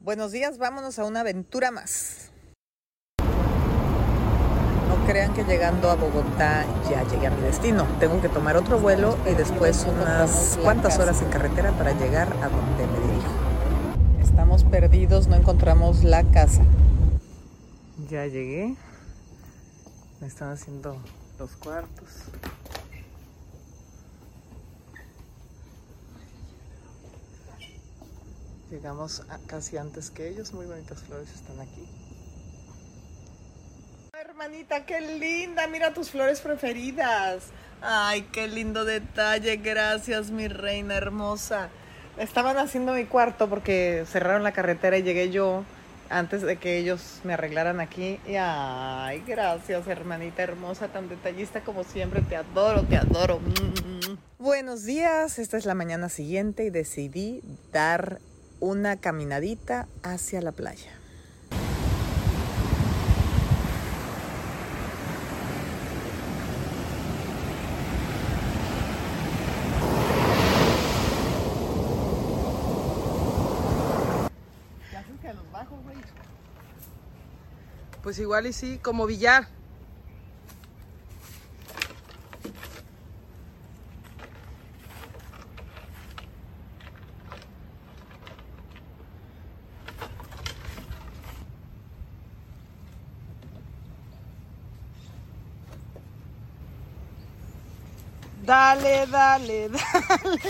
Buenos días, vámonos a una aventura más. No crean que llegando a Bogotá ya llegué a mi destino. Tengo que tomar otro vuelo y después unas cuantas horas en carretera para llegar a donde me dirijo. Estamos perdidos, no encontramos la casa. Ya llegué. Me están haciendo los cuartos. Llegamos a- casi antes que ellos. Muy bonitas flores están aquí. Hermanita, qué linda. Mira tus flores preferidas. Ay, qué lindo detalle. Gracias, mi reina hermosa. Estaban haciendo mi cuarto porque cerraron la carretera y llegué yo antes de que ellos me arreglaran aquí. Y ay, gracias, hermanita hermosa, tan detallista como siempre. Te adoro, te adoro. Mm, mm. Buenos días. Esta es la mañana siguiente y decidí dar una caminadita hacia la playa. Pues igual y sí, como billar. Dale, dale, dale.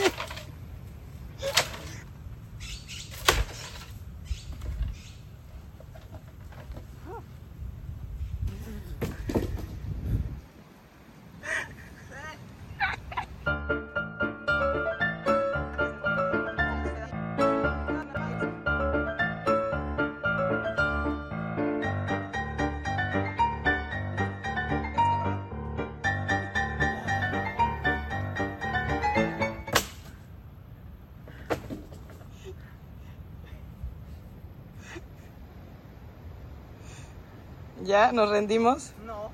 ¿Ya nos rendimos? No.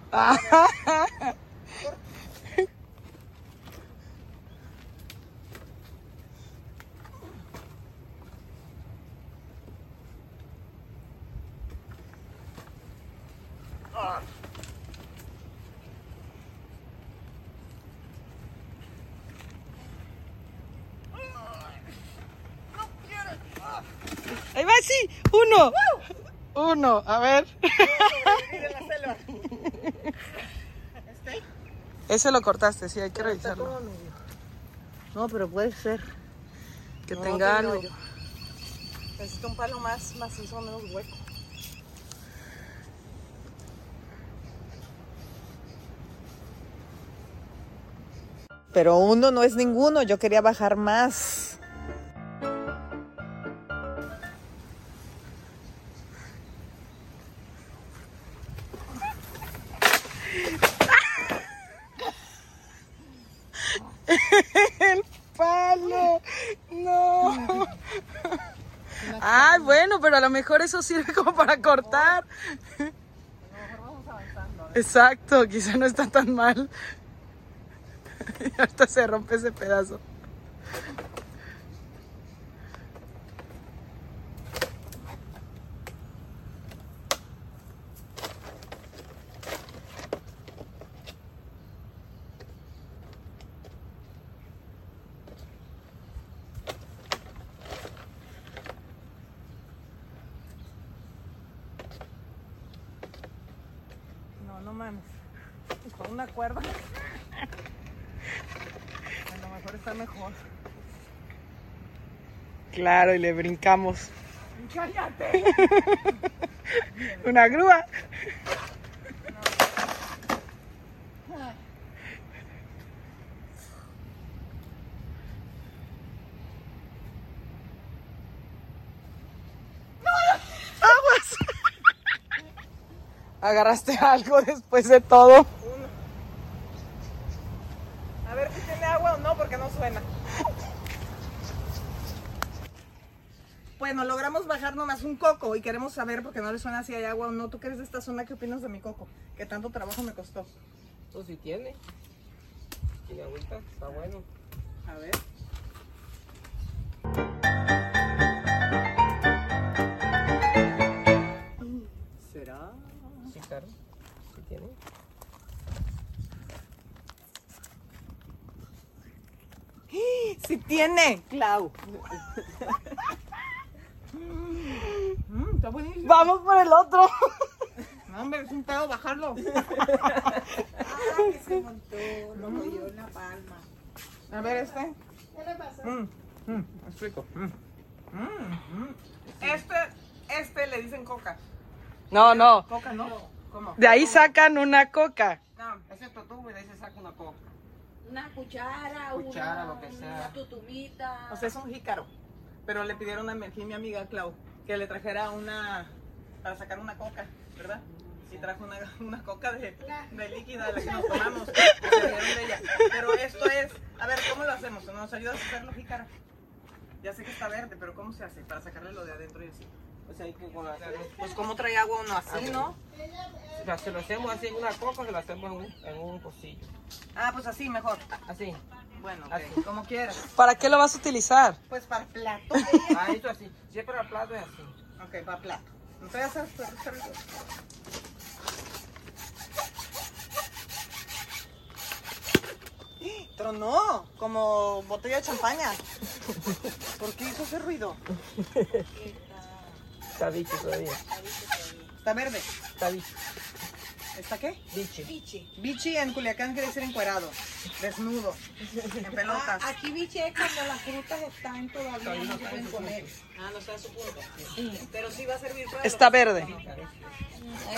Ahí va, sí. Uno. Uno. A ver. Ese lo cortaste, sí, hay que revisarlo. No, pero puede ser. Que No, tenga tengo algo. yo. Necesito un palo más macizo, menos hueco. Pero uno no es ninguno, yo quería bajar más. ¡Palo! ¡No! Ay, bueno, pero a lo mejor eso sirve como para cortar. Exacto, quizá no está tan mal. Y ahorita se rompe ese pedazo. No, no mames. Con una cuerda. A lo mejor está mejor. Claro, y le brincamos. ¡Cállate! Una grúa. Aguas. Agarraste algo después de todo. A ver si tiene agua o no, porque no suena. Bueno, logramos bajar nomás un coco y queremos saber porque no le suena si hay agua o no. ¿Tú qué eres de esta zona? ¿Qué opinas de mi coco? Que tanto trabajo me costó. Pues si tiene. Tiene agüita, está bueno. A ver. tiene? Clau. Mm, está buenísimo. Vamos por el otro. No, hombre, es un pedo bajarlo. Ah, que se montó. Lo cogió en la palma. A ver, este. ¿Qué le pasó? Mm, mm, es rico. Mm. Mm, mm. Este, este le dicen coca. No, no. Coca no. ¿Cómo? De ahí sacan una coca. No, ese tú y de ahí se saca una coca. Una cuchara, Cuchara, una, lo que sea. una tutumita. O sea, es un jícaro. Pero le pidieron a mi, aquí mi amiga Clau que le trajera una. para sacar una coca, ¿verdad? Y trajo una, una coca de, de líquida de la que nos tomamos. que se dieron de ella. Pero esto es. A ver, ¿cómo lo hacemos? ¿Nos ayudas a hacerlo, jícaro? Ya sé que está verde, pero ¿cómo se hace? Para sacarle lo de adentro y así. Ah, Pues ahí que con la- Pues, ¿cómo trae agua uno así, no? o sea, si lo hacemos así en una coca, se lo hacemos en un, en un pocillo. Ah, pues así mejor. Así. Bueno, ok, Así. como quieras. ¿Para qué lo vas a utilizar? Pues para plato. Ah, esto así. Siempre la plato es así. Ok, para plato. Entonces, ¿sabes? ¿sabes? ¿sabes? Tronó como botella de champaña. ¿Por qué hizo ese ruido? Está bicho todavía. Está verde. Está bicho. ¿Está qué? Bicho. Biche. Bichi en Culiacán quiere decir encuerado, desnudo, en pelotas. Ah, aquí biche es cuando las frutas están todavía, no se pueden comer. Ah, no está su punto. Pero sí va a servir para Está verde.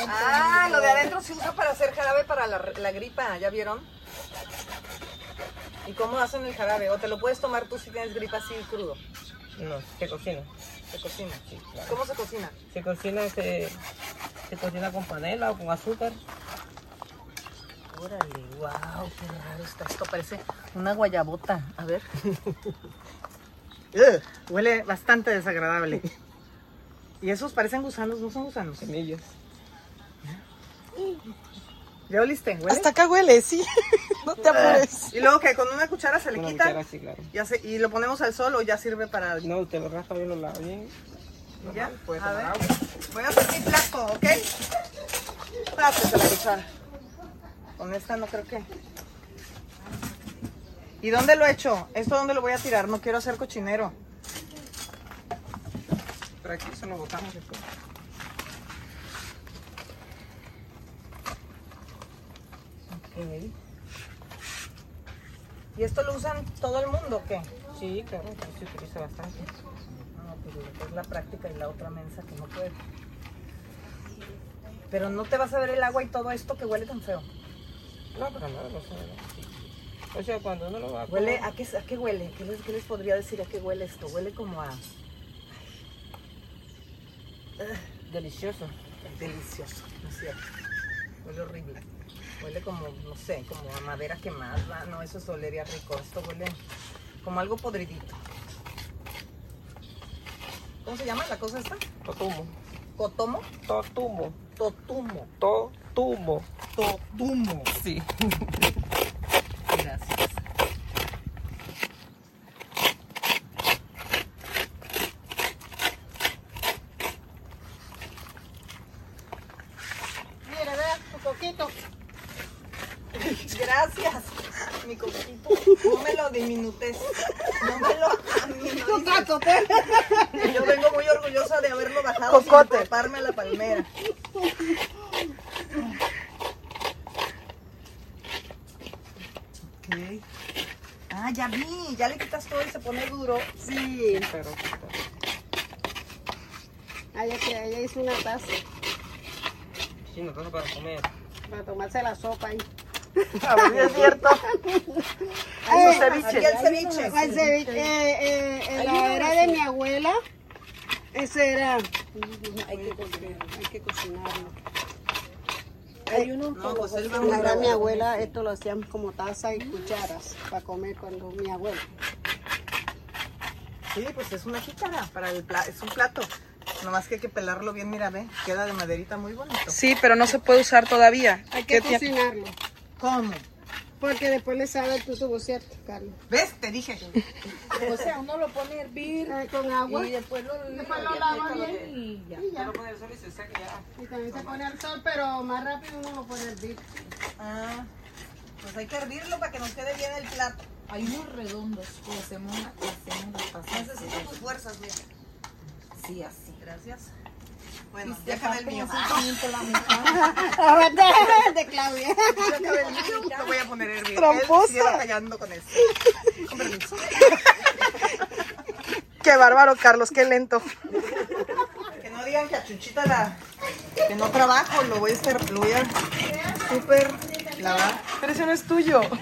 Ah, lo de adentro se usa para hacer jarabe para la, la gripa, ¿ya vieron? ¿Y cómo hacen el jarabe? ¿O te lo puedes tomar tú si tienes gripa así crudo? No, se cocina. Se cocina. Sí, claro. ¿Cómo se cocina? Se cocina, se, se cocina con panela o con azúcar. Órale, wow, qué raro está esto. Parece una guayabota. A ver. Ugh, huele bastante desagradable. Y esos parecen gusanos, no son gusanos. Semillas. ¿Ya oliste? ¿Huele? Ah. Hasta acá huele, sí. No te apures. Y luego que con una cuchara se le Una quita cuchara así, claro. ya se- y lo ponemos al sol o ya sirve para... No, usted lo raspa bien, lo lava bien. ¿Y ¿Ya? Puede A tomar ver, agua. voy a hacer mi plato, ¿ok? Pásate la cuchara. Con esta no creo que... ¿Y dónde lo he hecho? ¿Esto dónde lo voy a tirar? No quiero hacer cochinero. Pero aquí se lo botamos después. Ok. ¿Y esto lo usan todo el mundo o qué? Sí, claro, sí se utiliza bastante. No, pero es la práctica y la otra mensa que no puede. Pero no te vas a ver el agua y todo esto que huele tan feo. No, pero nada, no sé. O sea, cuando uno lo va a comer- Huele, ¿a qué, a qué huele? ¿Qué les, qué les podría decir a qué huele esto? Huele como a delicioso. delicioso, ¿no es cierto? Huele horrible. Huele como, no sé, como a madera quemada. No, eso es olería rico. Esto huele como algo podridito. ¿Cómo se llama la cosa esta? Totumo. ¿Cotomo? Totumo. Totumo. Totumo. Totumo. Sí. Gracias. Mira, vea, tu coquito. Gracias, mi coquito. No me lo diminutes. No me lo aminorices. Yo vengo muy orgullosa de haberlo bajado Cocote. sin treparme a la palmera. Ok. Ah, ya vi. Ya le quitas todo y se pone duro. Sí. Pero está- Allá que ella hizo una taza sí, no tanto para comer. para tomarse la sopa ahí. Ah, Es cierto. Eh, Eso ceviche. Aquí el ceviche. ¿Cuál ceviche? Eh, eh, en la era de mi abuela, ese era. Hay que cocinarlo. Hay que cocinarlo. Hay uno No, pues él va en la muy era de mi bravo. abuela, esto lo hacían como taza y cucharas para comer cuando mi abuela. Sí, pues es una jícara para el plato. Es un plato. Nomás que hay que pelarlo bien, mira, ve. Queda de maderita muy bonito. Sí, pero no se puede usar todavía. Hay que ¿Qué tie- cocinarlo. ¿Cómo? Porque después le sabe el tubo, ¿cierto, Carlos? ¿Ves? Te dije. O sea, uno lo pone a hervir Eh, Con agua. y después lo, lo lava bien. y ya. Y ya. Solo poner el sol y se seca ya. Y también se pone al sol, pero más rápido uno lo pone al bico. Ah, pues hay que hervirlo para que nos quede bien el plato. Hay unos redondos que hacemos, que hacemos las pasas. Necesito tus fuerzas, mira. Sí, así. Gracias. Bueno, Este ya acabé el parte mío. así, pinto la mitad. Ahora de, de Claudia. Ya acabé el mío. Te voy a poner el mío. Tramposa. Él sigue batallando con eso. Con permiso. Qué bárbaro, Carlos, qué lento. Que no digan que a Chuchita la... Que no trabajo, lo voy a hacer, lo voy a súper lavar. Pero eso no es tuyo. Yo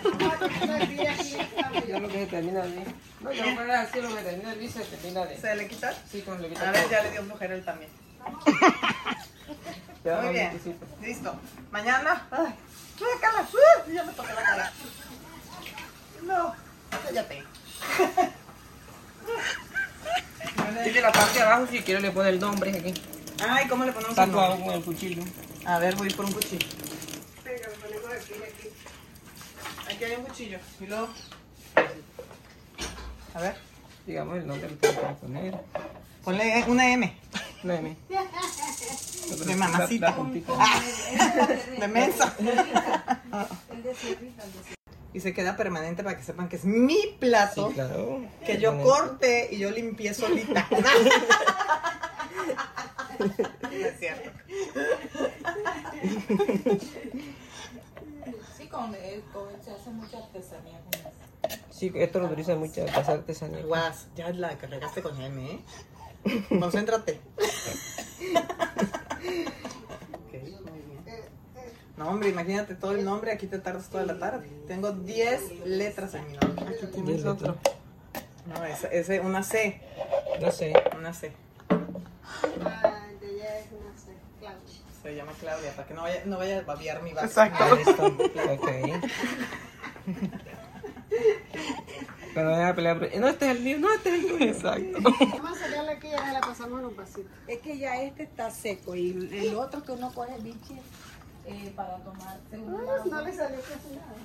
lo que se termina de mí. No, yo voy a así lo que termina de mí se termina de. ¿Se le quita? Sí, con lo que A ver, ya le dio flojera él también. Ya, Muy no, bien, necesito. listo. Mañana, ay, sácala, ¡ah! ya me toqué la cara. No, cállate. Dile la parte de abajo si quiero le pone el nombre aquí. Ay, ¿cómo le ponemos el Tatuado nombre? con el cuchillo. A ver, voy por un cuchillo. Aquí hay un cuchillo. Y luego. A ver, Digamos el nombre que le voy a poner. ponle una M No, no. de mamacita. Ah, La, la puntita. de mensa. Y se queda permanente para que sepan que es mi Sí, plato. claro. Que yo Pone- corte y yo limpié solita. No es cierto. Sí, con él, con él se hace mucha artesanía con eso. Sí, esto lo utiliza mucha casa artesanal. Guas, ya la cargaste con M, ¿eh? Concéntrate. Ok, muy bien. No, hombre, imagínate todo el nombre, aquí te tardas toda la tarde. Tengo 10 letras en mi nombre. Aquí ¿Tienes tienes otro. otro? No, es, es una C, No sé. una C. Ah, de ya es, no sé, Claudia. Se llama Claudia, para que no vaya, no vaya a babear mi vaso. Ah, esto. Ok. Pero voy a pelear. por- eh, No, este es el mío, no, este es el mío. Exacto. Vamos a sacarle aquí y ya la pasamos en un pasito. Es que ya este está seco y el otro que uno coge biche eh, para tomar según la- No le salió casi nada.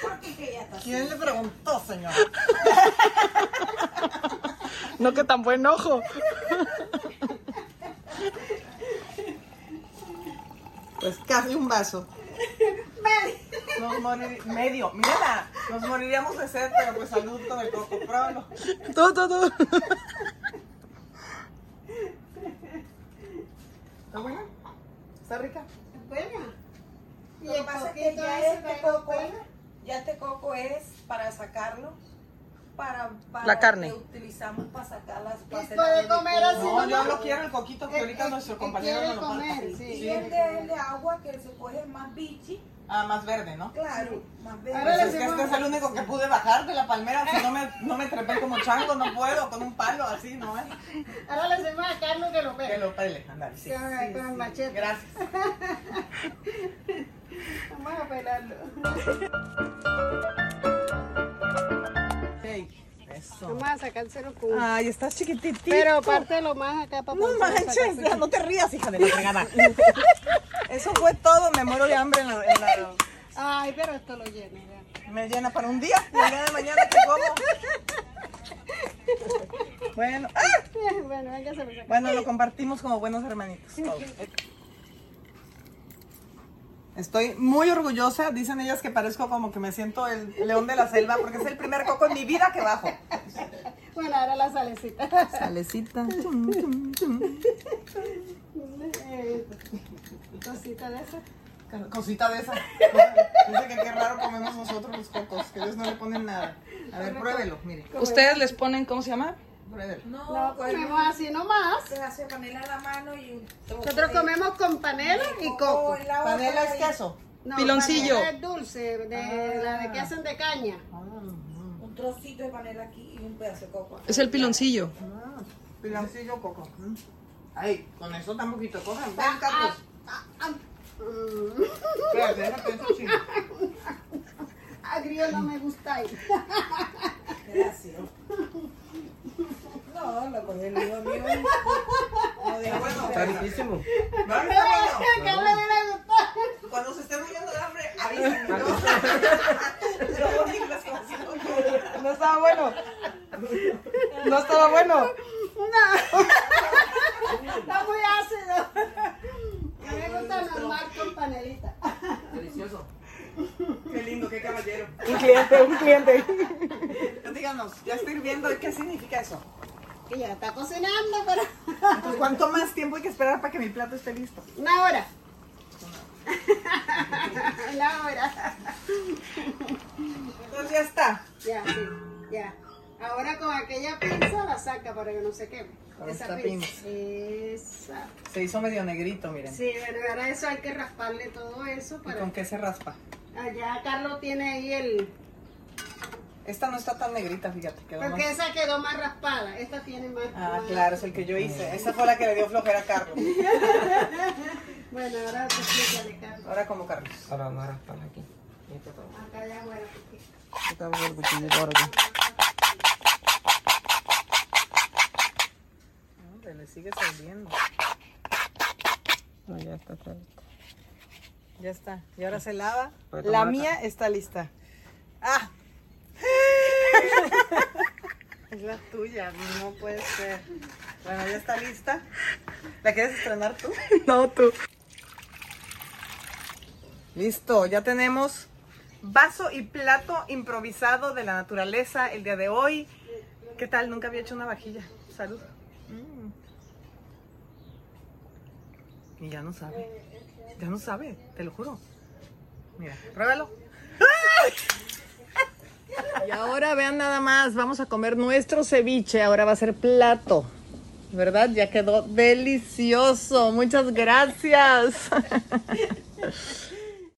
Porque que ya está ¿Quién le preguntó, señor? No, que tan buen ojo. Pues casi un vaso. Nos morir- medio. Mira, nos moriríamos de sed, pero pues salud con el coco. Pruébalo. Todo, todo. ¿Está buena? ¿Está rica? Bueno. Lo que pasa es que ya este coco, ya este coco es para sacarlo, para, para La carne. que utilizamos para sacar las puede pastelas de comer coco. así, No, No, yo lo quiero el coquito, que ahorita nuestro compañero Eh, quiere no lo falta. comer, Y sí. el de, el de agua que se coge más bichi, Ah, más verde, ¿no? claro, más Pues verde. Ahora es que este es el único que pude bajar de la palmera, si no me, no me trepé como chango, no puedo, con un palo así, ¿no? eh? Ahora le hacemos a Carlos que lo Que vea. lo pele, andale, sí. Con el- con el machete. Gracias. Vamos a pelarlo. Vamos a sacárselo con... Ah, Ay, estás chiquitita. Pero parte lo más acá para No poder manches, ya, no te rías, hija de la fregada. Eso fue todo, me muero de hambre en la- en la... Ay, pero esto lo llena, ya. Me llena para un día, y el día de mañana que como. Bueno, ¡ah! Bueno, venga, se me saca. bueno, lo compartimos como buenos hermanitos. todos. Estoy muy orgullosa, dicen ellas que parezco como que me siento el león de la selva porque es el primer coco en mi vida que bajo. Bueno, ahora la salecita. Salecita. Eh, Cosita de esa. Cosita de esa. Dice que qué raro comemos nosotros los cocos, que ellos no le ponen nada. A ver, pruébelo, mire, Ustedes les ponen, ¿cómo se llama? pruébelo. No, No, pues comemos así nomás. se hace panela en la mano y un trozo Nosotros de comemos con panela y coco. en la boca Panela es y- queso. No, Piloncillo. panela Es dulce, de la de que hacen de caña. Un trocito de panela aquí y un pedazo de coco. Es el piloncillo. Piloncillo coco. Ay, con eso tan poquito cojan. Ah, Ven, Carlos. Mm, Espérate, déjate eso chino. Agrio Ah, no me gusta ahí. Gracias. No, lo cogió el hijo mío. No, de bueno, Está riquísimo. No, no, no, Que no le hubiera gustado. no. Cuando se esté muriendo de hambre, avísenme. ¿no? Yo voy a ir las cosas. No estaba bueno. No estaba bueno. Está muy ácido. A mí me gusta normal con panelita. Qué lindo, qué qué caballero. Un cliente, un cliente. Díganos, ya estoy viendo qué significa eso. Que ya está cocinando, pero. Pues, ¿Cuánto más tiempo hay que esperar para que mi plato esté listo? Una hora. Una hora. Entonces ya está. Ya, sí, ya. Ahora con aquella pinza la saca para que no se queme. Con Esa esta pinza. Esa. Se hizo medio negrito, miren. Sí, pero ahora eso hay que rasparle todo eso ¿Y para. con qué se raspa? Allá Carlos tiene ahí el. Esta no está tan negrita, fíjate. Quedó más- Porque esa quedó más raspada. Esta tiene más. Ah, más- claro, es el que yo hice. Esa fue la que le dio flojera a Carlos. Bueno, ahora te explícale, Carlos. Ahora como Carlos. Para no raspar aquí. Y esto todo. Acá ya bueno, porque- Yo te hago el cuchillito ahora aquí. Hombre, le sigue saliendo. No, ya está, está listo. Ya está. Y ahora se lava. Voy a La tomar acá. mía está lista. ¡Ah! es la tuya, no puede ser. Bueno, ya está lista. ¿La quieres estrenar tú? No, tú. Listo, ya tenemos vaso y plato improvisado de la naturaleza el día de hoy. ¿Qué tal? Nunca había hecho una vajilla. Salud. Mm. Y ya no sabe. Ya no sabe, te lo juro. Mira, pruébalo. Y ahora vean nada más, vamos a comer nuestro ceviche, ahora va a ser plato. ¿Verdad? Ya quedó delicioso. Muchas gracias.